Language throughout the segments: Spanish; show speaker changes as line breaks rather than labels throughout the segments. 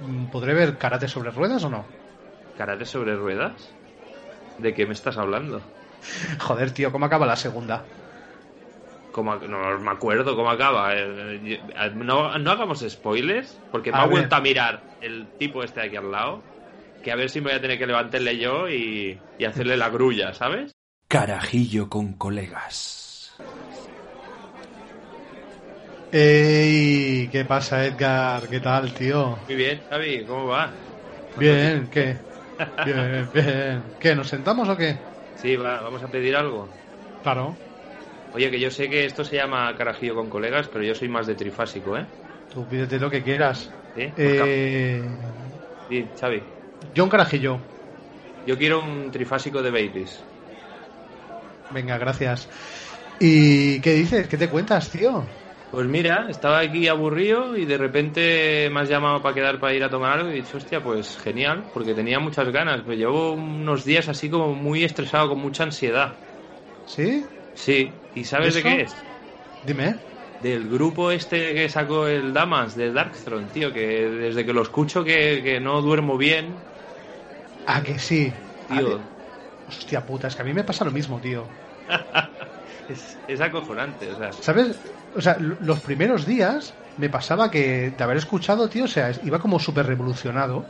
Mm, ¿Podré ver karate sobre ruedas o no?
¿Karate sobre ruedas? ¿De qué me estás hablando?
Joder, tío, ¿cómo acaba la segunda?
¿Cómo ac- no me acuerdo cómo acaba. Eh, eh, eh, No, no hagamos spoilers, porque me
A
ha
ver.
vuelto a mirar el tipo este de aquí al lado. Que a ver si me voy a tener que levantarle yo y, y hacerle la grulla, ¿sabes?
Carajillo con colegas.
Ey, ¿qué pasa, Edgar? ¿Qué tal, tío?
Muy bien, Xavi, ¿cómo va?
Bien, ¿qué? Bien, bien. ¿Qué, nos sentamos o qué?
Sí, va, vamos a pedir algo.
Claro.
Oye, que yo sé que esto se llama carajillo con colegas, pero yo soy más de trifásico, ¿eh?
Tú pídete lo que quieras.
Sí,
Eh,
Marca. Sí, Xavi.
John Carajillo.
Yo quiero un trifásico de Baileys.
Venga, gracias. ¿Y qué dices? ¿Qué te cuentas, tío?
Pues mira, estaba aquí aburrido y de repente me has llamado para quedar para ir a tomar algo y he dicho, hostia, pues genial, porque tenía muchas ganas, pero llevo unos días así como muy estresado, con mucha ansiedad.
¿Sí?
Sí, ¿y sabes de
¿Eso?
qué es?
Dime.
Del grupo este que sacó el Damas, de Darkthrone, tío, que desde que lo escucho que, que no duermo bien,
Ah, que sí. Ah,
tío,
Hostia puta, es que a mí me pasa lo mismo, tío.
es, es acojonante, o sea,
¿Sabes? O sea, l- los primeros días me pasaba que de haber escuchado, tío, o sea, es- iba como súper revolucionado.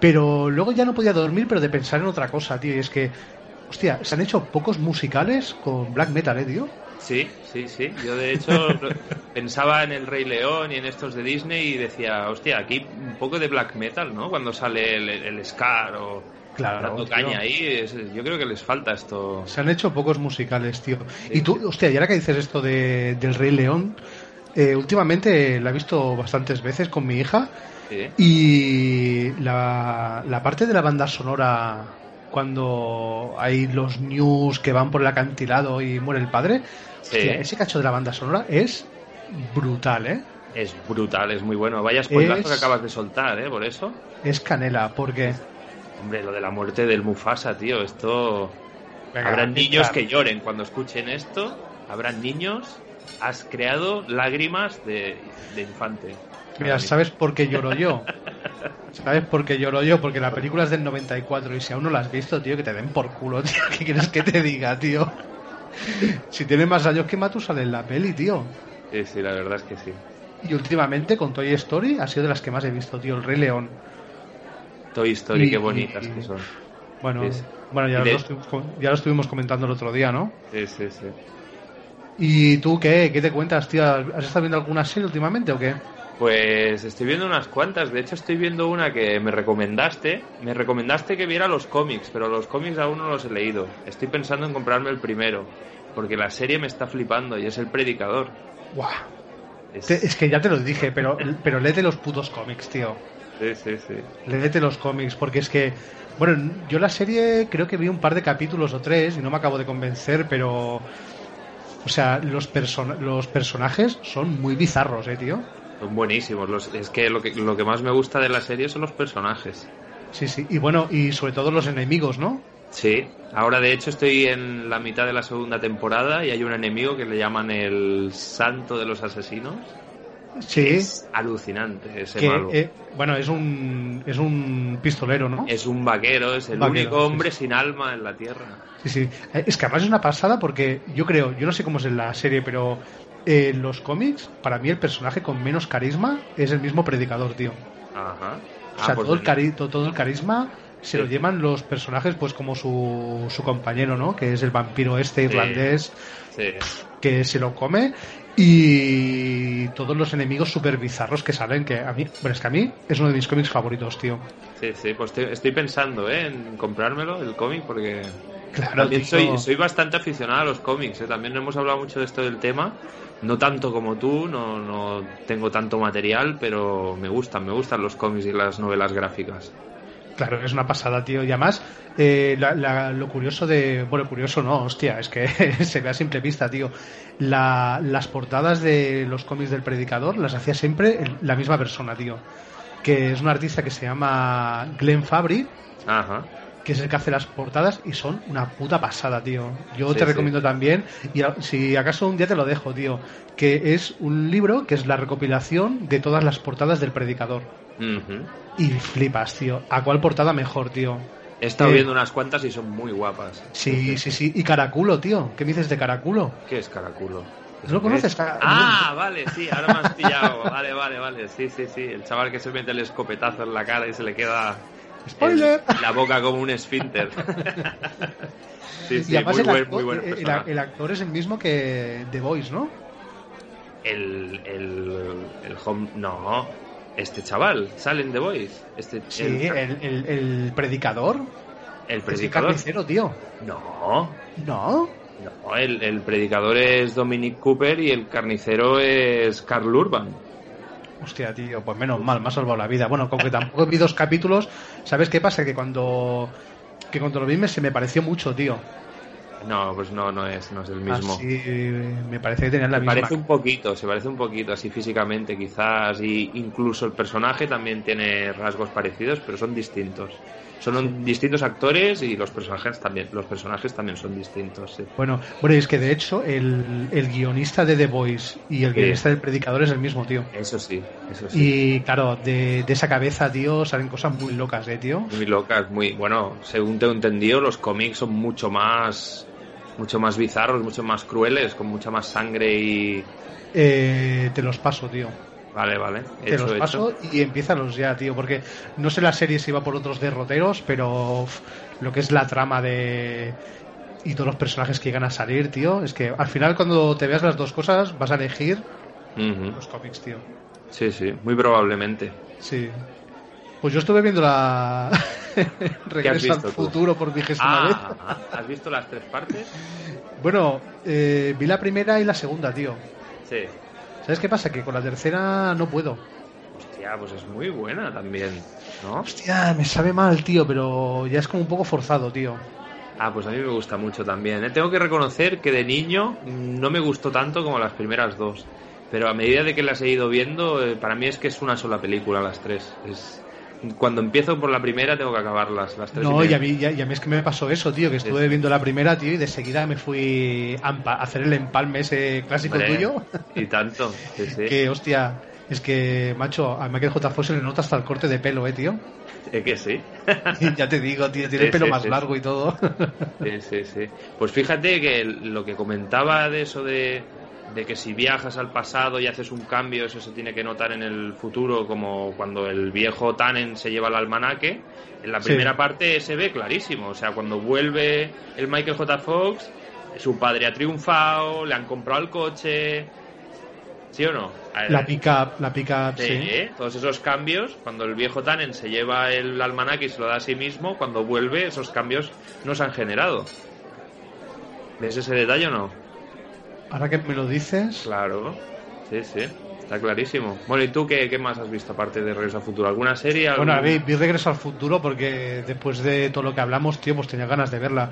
Pero luego ya no podía dormir, pero de pensar en otra cosa, tío. Y es que, hostia, se han hecho pocos musicales con black metal, ¿eh, tío?
Sí, sí, sí. Yo de hecho lo- pensaba en el Rey León y en estos de Disney y decía, hostia, aquí un poco de black metal, ¿no? Cuando sale el, el Scar o
Claro,
dando
tío.
caña ahí, es- yo creo que les falta esto.
Se han hecho pocos musicales, tío.
Sí,
y tú,
sí.
hostia, y ahora que dices esto de, del Rey León, eh, últimamente la he visto bastantes veces con mi hija.
Sí. ¿eh?
Y la, la parte de la banda sonora, cuando hay los news que van por el acantilado y muere el padre,
Sí.
hostia, ese cacho de la banda sonora es brutal, ¿eh?
Es brutal, es muy bueno. Vaya spoilazo
Es-
que acabas de soltar, ¿eh? Por eso.
Es canela, porque...
Hombre, lo de la muerte del Mufasa, tío, esto...
Venga,
Habrán
Edgar.
niños que lloren cuando escuchen esto. Habrán niños... Has creado lágrimas de, de infante.
Mira, ¿sabes por qué lloro yo? ¿Sabes por qué lloro yo? Porque la película es del 94 y si aún no la has visto, tío, que te den por culo, tío. ¿Qué quieres que te diga, tío? Si tiene más años que Matu sale en la peli, tío.
Sí, sí, la verdad es que sí.
Y últimamente con Toy Story ha sido de las que más he visto, tío, el Rey León.
Toy Story,
Y-
qué bonitas que son.
Bueno,
Sí, sí.
bueno ya,
Y de-
lo estuvimos, com- ya lo estuvimos comentando el otro día, ¿no?
Sí, sí, sí.
¿Y tú qué? ¿Qué te cuentas, tío? ¿Has estado viendo alguna serie últimamente o qué?
Pues estoy viendo unas cuantas. De hecho, estoy viendo una que me recomendaste. Me recomendaste que viera los cómics, pero los cómics aún no los he leído. Estoy pensando en comprarme el primero, porque la serie me está flipando y es El Predicador.
Buah,
Es-
te- es que ya te lo dije, pero, pero léete los putos cómics, tío.
Sí, sí, sí.
Léete los cómics, porque es que, bueno, yo la serie creo que vi un par de capítulos o tres y no me acabo de convencer, pero... O sea, los, person- los personajes son muy bizarros, ¿eh, tío?
Son buenísimos. Los- es que lo, que lo que más me gusta de la serie son los personajes.
Sí, sí. Y bueno, y sobre todo los enemigos, ¿no?
Sí, ahora de hecho estoy en la mitad de la segunda temporada y hay un enemigo que le llaman el Santo de los Asesinos.
Sí.
Es alucinante ese
que,
malo.
eh, bueno, es un, es un pistolero, ¿no?
Es un vaquero, es el
Vaquero,
único
sí,
hombre sin alma en la tierra.
Sí, sí. Eh, Es que además es una pasada porque yo creo, yo no sé cómo es en la serie, pero eh, en los cómics, para mí el personaje con menos carisma es el mismo predicador, tío.
Ajá.
o sea,
Ah, pues
todo, el
en-
cari- to- todo el carisma se
Sí.
lo llevan los personajes, pues como su, su compañero, ¿no? Que es el vampiro este
Sí.
irlandés
Sí,
que se lo come. Y todos los enemigos super bizarros que salen, que a mí, bueno, es que a mí es uno de mis cómics favoritos, tío.
sí, sí, pues estoy, estoy pensando ¿eh? en comprármelo, el cómic, porque
Claro,
también
tío.
soy, soy bastante aficionado a los cómics. ¿eh? También hemos hablado mucho de esto del tema. No tanto como tú, no, no tengo tanto material, pero me gustan, me gustan los cómics y las novelas gráficas.
Claro, es una pasada, tío. Y además, eh, la- la- lo curioso de. Bueno, curioso no, hostia, es que se ve a simple vista, tío. La- las portadas de los cómics del Predicador las hacía siempre el- la misma persona, tío. Que es un artista que se llama Glenn Fabry,
Ajá.
que es el que hace las portadas y son una puta pasada, tío. Yo
Sí,
te
sí.
recomiendo también, y a- si acaso un día te lo dejo, tío, que es un libro que es la recopilación de todas las portadas del Predicador.
Ujú.
Y flipas, tío. ¿A cuál portada mejor, tío?
He estado
Eh.
viendo unas cuantas y son muy guapas.
Sí, sí, sí. Y Caraculo, tío. ¿Qué me dices de Caraculo?
¿Qué es Caraculo?
¿No lo conoces, Caraculo?
Ah, vale, sí, ahora me has pillado. Vale, vale, vale. Sí, sí, sí. El chaval que se mete el escopetazo en la cara y se le queda el-
¡Spoiler!
la boca como un esfínter. Sí,
y
sí,
además
muy
el,
buen,
actor, eh,
muy buen
el- el-
personaje.
el actor es el mismo que The Voice, ¿no?
El, el, el home. No, este chaval, Salen The Voice. Este,
Sí,
el,
el, el- el predicador.
el
Es el
predicador.
carnicero, tío.
No,
No.
no, el, el predicador es Dominic Cooper y el carnicero es Carl Urban.
Hostia, tío, pues menos mal, me ha salvado la vida. Bueno, como que tampoco vi dos capítulos, ¿sabes qué pasa? Que cuando que cuando lo vi me, se me pareció mucho, tío.
No, pues no, no es, no es el mismo.
Así, me parece que tenían la
Se
misma.
parece un poquito, se parece un poquito así físicamente quizás y incluso el personaje también tiene rasgos parecidos, pero son distintos. Son un- distintos actores y los personajes también, los personajes también son distintos. sí.
Bueno, bueno, y es que de hecho el, el guionista de The Voice y el
Sí.
guionista del Predicador es el mismo, tío.
Eso sí, eso sí.
Y claro, de, de esa cabeza, tío, salen cosas muy locas, eh, tío.
Muy locas, muy bueno, según tengo entendido, los cómics son mucho más mucho más bizarros, mucho más crueles, con mucha más sangre y
Eh, te los paso, tío.
vale, vale,
Te los paso y empiézalos ya, tío, porque no sé la serie si va por otros derroteros, pero uf, lo que es la trama de y todos los personajes que llegan a salir, tío, es que al final cuando te veas las dos cosas vas a elegir
Ujú.
los cómics, tío.
Sí, sí, muy probablemente.
Sí. Pues yo estuve viendo la Regreso al
visto tú?
futuro por vigésima
Ah, ¿has visto las tres partes?
vez. Bueno, eh, vi la primera y la segunda, tío.
Sí.
¿Sabes qué pasa? Que con la tercera no puedo.
Hostia, pues es muy buena también, ¿no?
Hostia, me sabe mal, tío, pero ya es como un poco forzado, tío.
Ah, pues a mí me gusta mucho también. ¿eh? Tengo que reconocer que de niño mm, no me gustó tanto como las primeras dos. Pero a medida de que las he ido viendo, eh, para mí es que es una sola película las tres. Es... Cuando empiezo por la primera tengo que acabarlas, las tres.
No,
y
y a,
media.
mí, y a- y a mí es que me pasó eso, tío, que estuve
Sí.
viendo la primera, tío, y de seguida me fui a empa- a hacer el empalme ese clásico
Hombre,
tuyo.
Y tanto. Sí, sí.
Que, hostia, es que, macho, a Michael J. Fox se le nota hasta el corte de pelo, eh, tío.
Es que sí.
ya te digo, tío, tiene
Sí,
el pelo
sí,
más
sí.
largo y todo.
Sí, sí, sí. Pues fíjate que lo que comentaba de eso de, de que si viajas al pasado y haces un cambio, eso se tiene que notar en el futuro, como cuando el viejo Tannen se lleva el almanaque, en la
Sí.
primera parte se ve clarísimo. O sea, cuando vuelve el Michael J. Fox, su padre ha triunfado, le han comprado el coche. ¿Sí o no?
la pick-up, la pick-up,
Sí,
sí.
¿eh? todos esos cambios, cuando el viejo Tannen se lleva el almanaque y se lo da a sí mismo, cuando vuelve, esos cambios no se han generado. ¿Ves ese detalle o no?
Ahora que me lo dices,
Claro, sí, sí, está clarísimo. Bueno, ¿y tú qué, qué más has visto aparte de Regreso al Futuro? ¿Alguna serie?
Bueno, a
algún-
ver, vi Regreso al Futuro porque después de todo lo que hablamos, tío, pues tenía ganas de verla.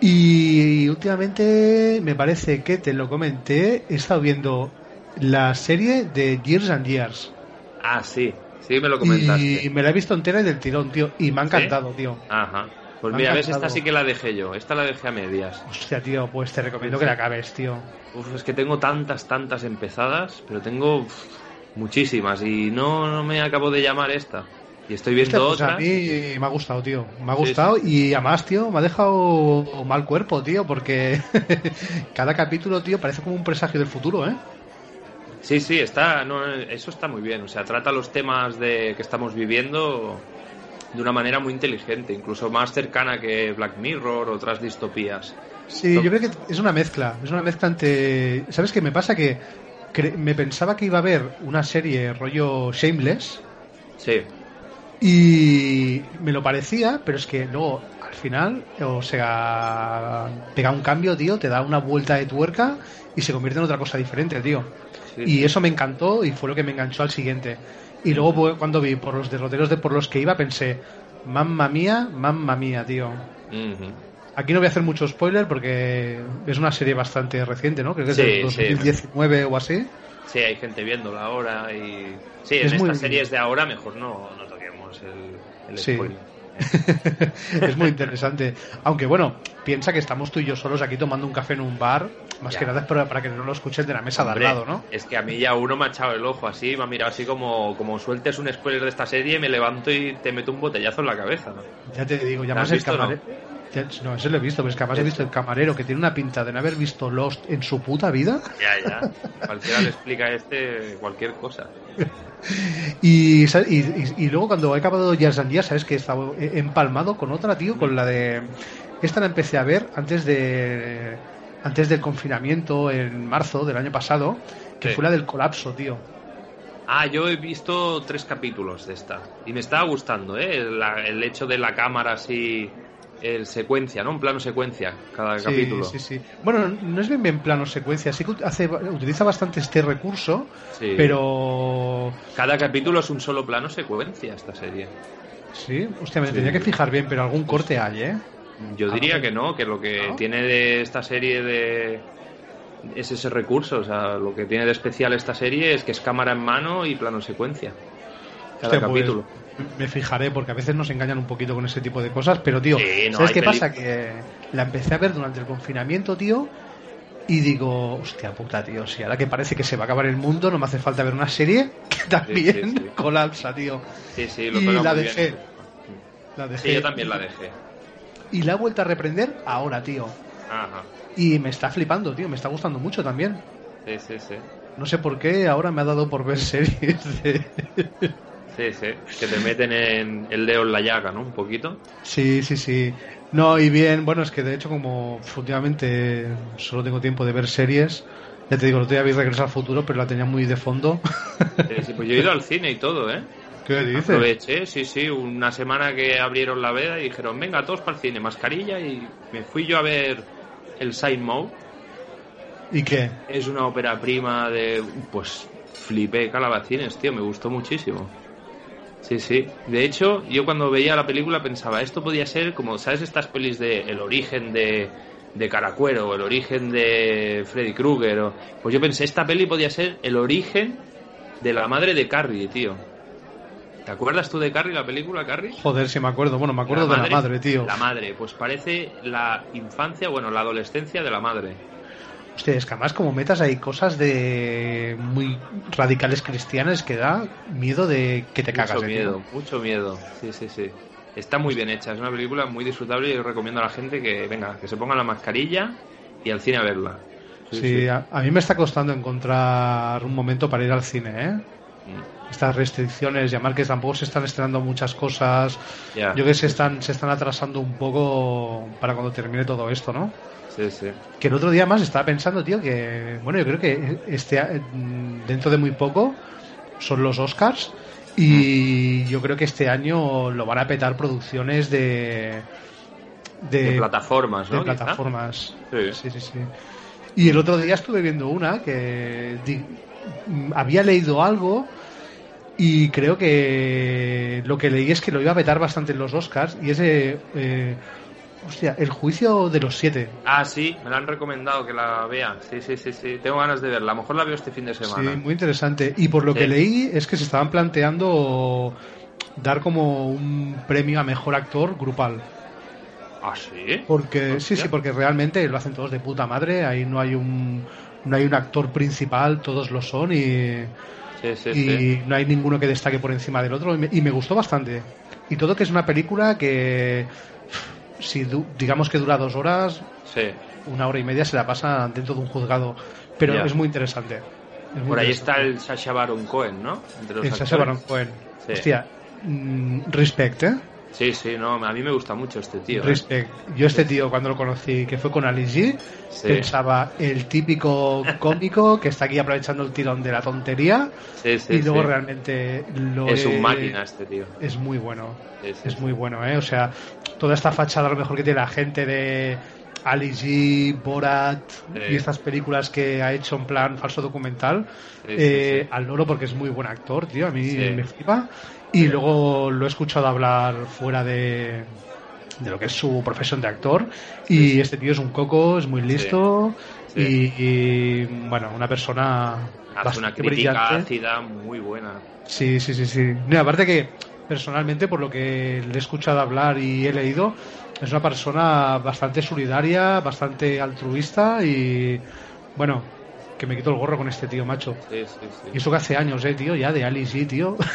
Y últimamente, me parece que te lo comenté, he estado viendo la serie de Years and Years.
Ah, sí, sí, me lo comentaste.
Y me la he visto entera y del tirón, tío. Y me ha encantado, tío.
Ajá. Pues
Me ha
mira, ves,
encantado.
esta sí que la dejé yo, esta la dejé a medias.
Hostia, tío, pues te recomiendo que la acabes, tío.
Uf, es que tengo tantas, tantas empezadas, pero tengo uf, muchísimas y no, no me acabo de llamar esta. Y estoy
Hostia,
viendo
pues a
otra.
mí me ha gustado, tío. Me ha
Sí,
gustado y además, tío, me ha dejado mal cuerpo, tío, porque cada capítulo, tío, parece como un presagio del futuro, ¿eh?
Sí, sí, está, no, eso está muy bien. O sea, trata los temas de, que estamos viviendo de una manera muy inteligente, incluso más cercana que Black Mirror, otras distopías.
Sí,
Lo-
yo creo que es una mezcla, es una mezcla entre... ¿Sabes qué me pasa? Que cre- me pensaba que iba a haber una serie rollo Shameless
Sí,
y me lo parecía, pero es que luego al final, o sea, pega un cambio, tío, te da una vuelta de tuerca y se convierte en otra cosa diferente, tío.
sí,
Y eso me encantó y fue lo que me enganchó al siguiente. Y luego pues, cuando vi por los derroteros de por los que iba pensé, Mamma mía, mamma mía, tío.
Ujú.
Aquí no voy a hacer mucho spoiler porque es una serie bastante reciente, ¿no? Creo que es
Sí,
del
sí.
2019 o así.
Sí, hay gente viéndola ahora y... Sí,
Es
en
muy-
estas series de ahora mejor no, no toquemos el, el
Sí.
spoiler.
es muy interesante. Aunque bueno, piensa que estamos tú y yo solos aquí tomando un café en un bar. Más
Ya.
que nada es para, para que no lo escuchen de la mesa
Hombre,
de al lado, ¿no?
Es que a mí ya uno me ha echado el ojo así, me ha mirado así como, como sueltes un spoiler de esta serie, me levanto y te meto un botellazo en la cabeza. ¿no?
Ya te digo, ya
¿La
más
has
el
visto o
camarero. No, ese lo he visto, pero es que además he
Es-
visto el camarero que tiene una pinta de no haber visto Lost en su puta vida.
Ya, ya. Cualquiera le explica a este cualquier cosa.
Y, sa- y, y- y luego cuando he acabado Jazz and Jazz, sabes que estaba eh, empalmado con otra, tío, con la de... Esta la empecé a ver antes de antes del confinamiento en marzo del año pasado, que
Sí.
fue la del colapso, tío.
Ah, yo he visto tres capítulos de esta y me estaba gustando, ¿eh? La- el hecho de la cámara así, el secuencia, ¿no? Un plano secuencia cada
Sí,
capítulo.
sí, sí. Bueno, no es bien bien plano secuencia, sí que hace, utiliza bastante este recurso,
Sí.
pero...
Cada capítulo es un solo plano secuencia esta serie.
Sí, hostia, me
Sí.
tendría que fijar bien, pero algún corte hay, ¿eh?
Yo
Ah,
diría
no.
que no, que lo que
¿No?
tiene de esta serie de es ese recurso, o sea, lo que tiene de especial esta serie es que es cámara en mano y plano secuencia. Cada
Hostia, pues,
capítulo.
me fijaré porque a veces nos engañan un poquito con ese tipo de cosas, pero tío,
Sí, no,
¿sabes
hay
qué
peli-
pasa? Que la empecé a ver durante el confinamiento, tío, y digo, hostia puta, tío, si ahora que parece que se va a acabar el mundo, no me hace falta ver una serie que también
sí, sí.
colapsa, tío.
Sí, sí, lo
y
toca
la
muy
dejé.
bien.
La dejé.
Sí, yo también la dejé.
Y la he vuelto a reprender ahora, tío.
Ajá.
Y me está flipando, tío, me está gustando mucho también.
Sí, sí, sí.
No sé por qué ahora me ha dado por ver series de...
Sí, sí. Que te meten en el dedo en la llaga, ¿no? Un poquito.
Sí, sí, sí. No, y bien, bueno, es que de hecho como últimamente solo tengo tiempo de ver series, ya te digo, no te voy a regresar al futuro, pero la tenía muy de fondo.
Sí, sí, pues yo he ido al cine y todo, ¿eh?
¿Qué dices?
Aproveché, sí, sí, una semana que abrieron la veda y dijeron, venga, todos para el cine, mascarilla, y me fui yo a ver el Sign Mode.
¿Y qué?
Es una ópera prima de. Pues flipé calabacines, tío, me gustó muchísimo. Sí, sí. De hecho, yo cuando veía la película pensaba, esto podía ser como, ¿sabes? Estas pelis de El origen de, de Caracuero, o El origen de Freddy Krueger. o- Pues yo pensé, esta peli podía ser el origen de la madre de Carrie, tío. ¿Te acuerdas tú de Carrie, la película Carrie?
Joder, si me acuerdo. Bueno, me acuerdo de la madre, tío.
La madre, pues parece la infancia, bueno, la adolescencia de la madre.
Hostia, es que además como metas hay cosas de muy radicales cristianas que da miedo de que te cagas.
mucho
¿eh, tío?
miedo, mucho miedo. Sí, sí, sí. Está muy bien hecha, es una película muy disfrutable y yo recomiendo a la gente que venga, que se ponga la mascarilla y al cine a verla.
Sí, A, a mí me está costando encontrar un momento para ir al cine, ¿eh?
Mm,
Estas restricciones, llamar que tampoco se están estrenando muchas cosas,
ya.
Yo que se están, se están atrasando un poco para cuando termine todo esto, ¿no?
Sí, sí.
Que el otro día más estaba pensando, tío, que bueno, yo creo que este a- mm, dentro de muy poco son los Oscars y yo creo que este año lo van a petar producciones de
De
de,
plataformas,
de
¿no? Quizá.
plataformas.
Sí.
Sí, sí, sí. Y el otro día estuve viendo una que di- mm, había leído algo y creo que lo que leí es que lo iba a vetar bastante en los Oscars y ese... Eh, hostia, el juicio de los siete.
Ah, sí, me la han recomendado que la vea. Sí, sí, sí, sí. Tengo ganas de verla. A lo mejor la veo este fin de
Sí,
semana.
muy interesante. Y por lo
Sí.
que leí es que se estaban planteando dar como un premio a mejor actor grupal.
Ah, sí.
Porque
Hostia.
sí, sí, porque realmente lo hacen todos de puta madre. Ahí no hay un no hay un actor principal, todos lo son y,
Sí, sí, sí.
y no hay ninguno que destaque por encima del otro y me, y me gustó bastante. Y todo que es una película que si du- digamos que dura dos horas,
Sí.
una hora y media se la pasa dentro de un juzgado, pero
Ya.
es muy interesante. Es muy
Por ahí
interesante.
está el Sasha Baron Cohen, ¿no? Entre los
El Sacha
actores.
Baron Cohen.
Sí.
Hostia, mm, respect, ¿eh?
Sí, sí, no, a mí me gusta mucho este tío. ¿eh?
Respect. Yo este tío cuando lo conocí, que fue con Alice G,
¿eh? Sí.
pensaba el típico cómico que está aquí aprovechando el tirón de la tontería
Sí, sí,
y luego
sí.
realmente lo
Es
he-
un máquina este tío.
Es muy bueno,
Sí, sí,
es
sí.
muy bueno, ¿eh? O sea, toda esta fachada a lo mejor que tiene la gente de Ali G, Borat
Sí.
y estas películas que ha hecho en plan falso documental
Sí, sí,
eh,
sí.
al loro porque es muy buen actor, tío, a mí
Sí.
me flipa. Y luego lo he escuchado hablar fuera de, de lo que es su profesión de actor y este tío es un coco, es muy listo
Sí.
Y, y, bueno, una persona
Hace una
bastante
crítica
brillante.
ácida muy buena.
Sí, sí, sí, sí. No, y aparte que personalmente, por lo que le he escuchado hablar y he leído, es una persona bastante solidaria, bastante altruista y bueno, que me quito el gorro con este tío, macho.
Sí, sí, sí.
Y eso que hace años, eh, tío, ya de Alice G, tío.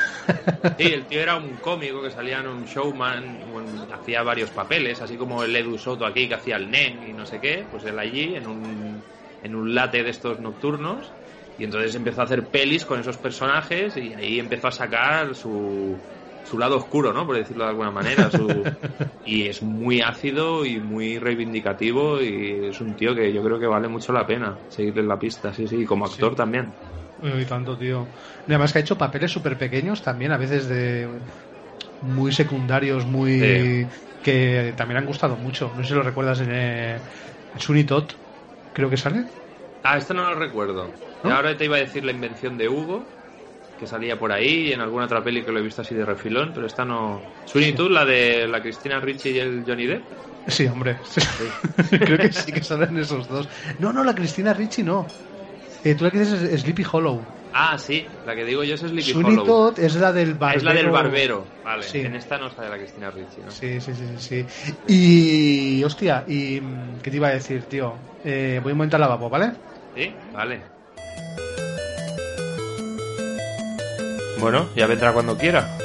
Sí, el tío era un cómico que salía en un showman, un- hacía varios papeles, así como el Edu Soto aquí que hacía el nen y no sé qué, pues él allí en un, en un late de estos nocturnos. Y entonces empezó a hacer pelis con esos personajes y ahí empezó a sacar su, su lado oscuro, ¿no? Por decirlo de alguna manera. su- y es muy ácido y muy reivindicativo y es un tío que yo creo que vale mucho la pena seguirle en la pista, sí, sí, y como actor también.
Uy, tanto, tío. Y además que ha hecho papeles súper pequeños también, a veces de muy secundarios, muy...
Sí.
que también han gustado mucho. No sé si lo recuerdas en eh, Sweeney Todd, creo que sale.
Ah, esto no lo recuerdo.
¿No?
Y Ahora te iba a decir la invención de Hugo, que salía por ahí y en alguna otra peli que lo he visto así de refilón, pero esta no. Sweeney Todd, la de la Cristina Ricci y el Johnny Depp.
Sí, hombre. Creo que sí que salen esos dos. No, no, la Cristina Ricci no. Eh, tú la que dices es Sleepy Hollow.
Ah, sí, la que digo yo es Sleepy
Sweeney
Hollow.
Todd es la del
Ah,
barbero.
Es la del barbero, vale.
Sí.
En esta no está de la Cristina Ricci, ¿no?
Sí, sí, sí, sí. sí. Y, hostia, y, mm, ¿qué te iba a decir, tío? Eh, voy a montar la lavabo, ¿vale?
Sí, vale. Bueno, ya vendrá cuando quiera.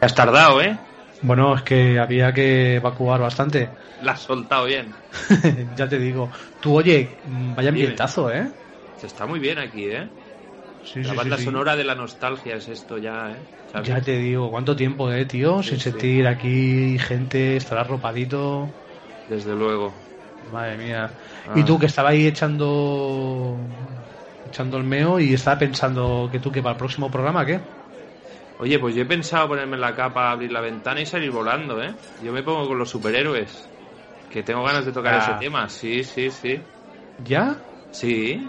Has tardado, ¿eh?
Bueno, es que había que evacuar bastante.
La has soltado bien.
ya te digo. Tú, oye, mm, vaya
Dime.
ambientazo, ¿eh?
Se está muy bien aquí, ¿eh?
Sí,
La
sí,
banda
sí, sí.
sonora de la nostalgia es esto ya, ¿eh? ¿Sabes?
Ya te digo, ¿cuánto tiempo, eh, tío?
Sí,
Sin
sí.
sentir aquí gente, estar arropadito.
Desde luego.
Madre mía.
Ah.
Y tú que estaba ahí echando echando el meo y estaba pensando que tú que para el próximo programa, ¿qué?
Oye, pues yo he pensado ponerme la capa, abrir la ventana y salir volando, ¿eh? Yo me pongo con los superhéroes. Que tengo ganas de tocar
Ah.
ese tema. Sí, sí, sí.
¿Ya?
Sí.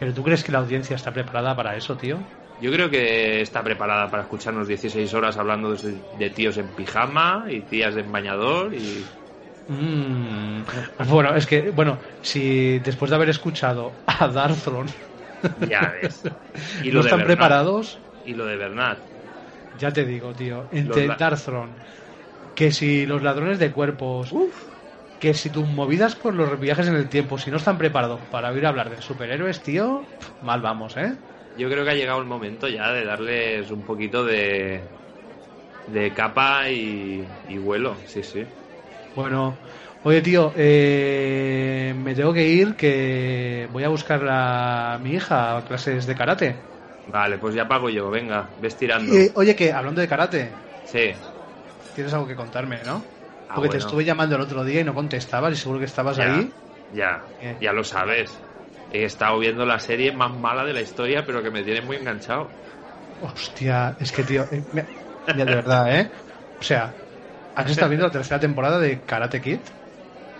¿Pero tú crees que la audiencia está preparada para eso, tío?
Yo creo que está preparada para escucharnos 16 horas hablando de, de tíos en pijama y tías en bañador y...
Mm. Bueno, es que, bueno, si después de haber escuchado a Darthron
Ya ves. Y
no están
Bernat.
preparados,
Y lo de Bernat.
ya te digo, tío,
Los
entre
la-
Darthron, que si los ladrones de cuerpos, que si tus movidas con los viajes en el tiempo, si no están preparados para oír hablar de superhéroes, tío, pf, mal vamos, ¿eh?
Yo creo que ha llegado el momento ya de darles un poquito de, de capa y, y vuelo, sí, sí.
Bueno, oye tío, eh, me tengo que ir que voy a buscar la- a mi hija a clases de karate.
Vale, pues ya pago yo, venga, ves tirando.
Eh, oye que, hablando de karate,
Sí.
tienes algo que contarme, ¿no?
Ah,
Porque te
bueno.
estuve llamando el otro día y no contestabas y seguro que estabas
Ya,
ahí.
Ya,
Eh.
ya lo sabes. He estado viendo la serie más mala de la historia, pero que me tiene muy enganchado.
Hostia, es que tío, eh, mira, mira, de verdad, ¿eh? O sea, has estado viendo la tercera temporada de Karate Kid.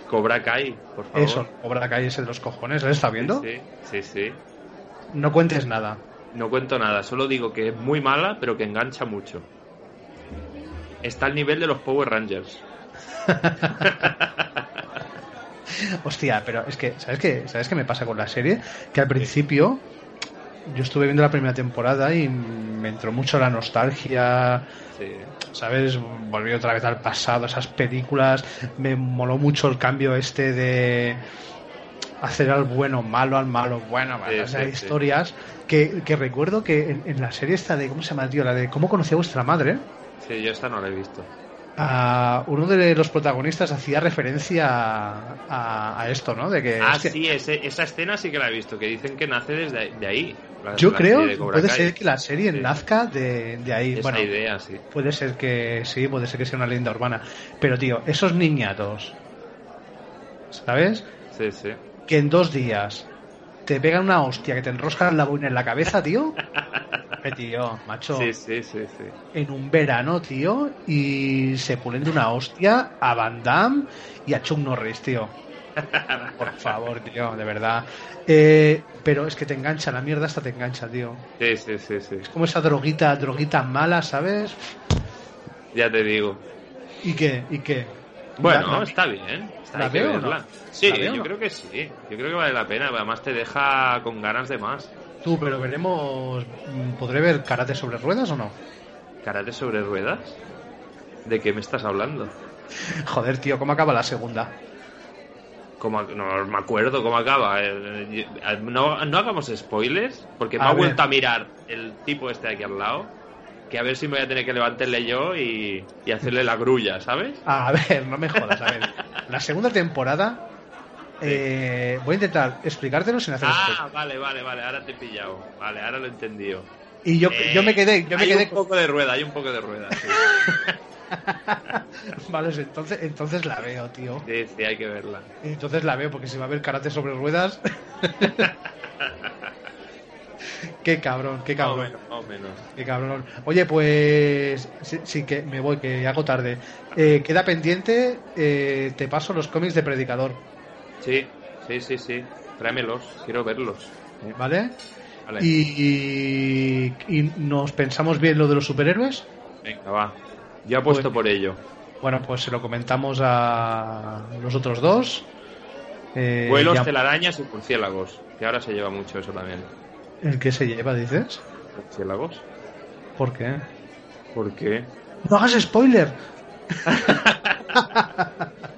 Cobra Kai, por favor.
Eso, obra calle ese de los cojones, ¿la estás viendo?
Sí, sí, sí.
No cuentes nada.
No cuento nada, solo digo que es muy mala, pero que engancha mucho. Está al nivel de los Power Rangers.
Hostia, pero es que, ¿sabes qué? ¿Sabes qué me pasa con la serie? Que al principio yo estuve viendo la primera temporada y me entró mucho la nostalgia,
Sí.
¿sabes? Volví otra vez al pasado, esas películas. Me moló mucho el cambio este de hacer al bueno malo, al malo bueno,
Sí,
esas
sí, sí.
historias que, que recuerdo que en, en la serie esta de, ¿cómo se llama, tío? La de ¿Cómo conocí a vuestra madre?
Sí, yo esta no la he visto.
a- uno de los protagonistas hacía referencia a, a- a esto, ¿no? De que,
Ah,
hostia,
sí, ese- esa escena sí que la he visto, que dicen que nace desde ahí- de ahí. la-
Yo
la
creo
serie de
que
Cobra
puede
Kai.
ser que la serie
Sí.
nazca de, de ahí.
Esa
bueno,
idea, sí.
puede ser que sí, puede ser que sea una leyenda urbana. Pero, tío, esos niñatos, ¿sabes?
Sí, sí.
Que en dos días te pegan una hostia, que te enroscan la boina en la cabeza, tío. Jope, tío, macho.
Sí, sí, sí, sí.
En un verano, tío, y se ponen de una hostia a Van Damme y a Chuck Norris, tío. Por favor, tío, de verdad. Eh, pero es que te engancha, la mierda hasta te engancha, tío.
Sí, sí, sí, sí.
Es como esa droguita, droguita mala, ¿sabes?
Ya te digo.
¿Y qué? ¿Y qué?
Bueno,
La- la-
está bien. Está
¿La
hay que
veo o no?
verla. Sí,
¿La veo o
yo
no?
creo que sí. Yo creo que vale la pena. Además te deja con ganas de más.
Tú, pero veremos. mm, ¿Podré ver karate sobre ruedas o no?
¿Karate sobre ruedas? ¿De qué me estás hablando?
Joder, tío, ¿cómo acaba la segunda?
¿Cómo ac- no me acuerdo cómo acaba. Eh, eh, eh, No, no hagamos spoilers, porque me
A
ha
ver.
vuelto a mirar el tipo este de aquí al lado. Que a ver si me voy a tener que levantarle yo y, y hacerle la grulla, ¿sabes?
A ver, no me jodas, a ver. La segunda temporada. eh, voy a intentar explicártelo sin hacer
Ah,
spoiler.
vale, vale, vale, ahora te he pillado. Vale, ahora lo he entendido.
Y yo,
Eh,
yo me quedé, yo me
hay
quedé
un poco de rueda, hay un poco de rueda. Sí,
Vale, pues entonces, entonces la veo, tío.
sí, sí, hay que verla.
Entonces la veo porque se va a ver karate sobre ruedas. qué cabrón, qué
Más o
cabrón.
menos, más o menos.
Qué cabrón. Oye, pues sí, sí, que me voy, que ya hago tarde. Eh, queda pendiente, eh, te paso los cómics de Predicador,
Sí, sí, sí, sí. Tráemelos, quiero verlos. Eh,
¿vale?
Vale,
Y, y, y nos pensamos bien lo de los superhéroes.
venga, va. Yo apuesto
Bueno.
por ello.
Bueno, pues se lo comentamos a los otros dos. Eh,
Vuelos,
ya-
telarañas y murciélagos. Que ahora se lleva mucho eso también.
¿El que se lleva, dices?
¿Murciélagos?
¿Por qué?
¿Por qué?
No hagas spoiler.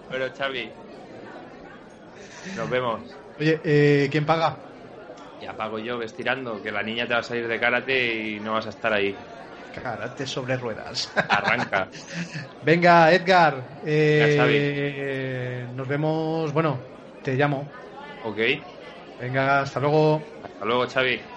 Bueno, Xavi. Nos vemos.
Oye, eh, ¿quién paga?
Ya pago yo vestirando, que la niña te va a salir de karate y no vas a estar ahí.
Karate sobre ruedas.
Arranca.
Venga, Edgar. eh,
Xavi.
eh, nos vemos. Bueno, te llamo.
¿Ok?
Venga, hasta luego.
Hasta luego, Xavi.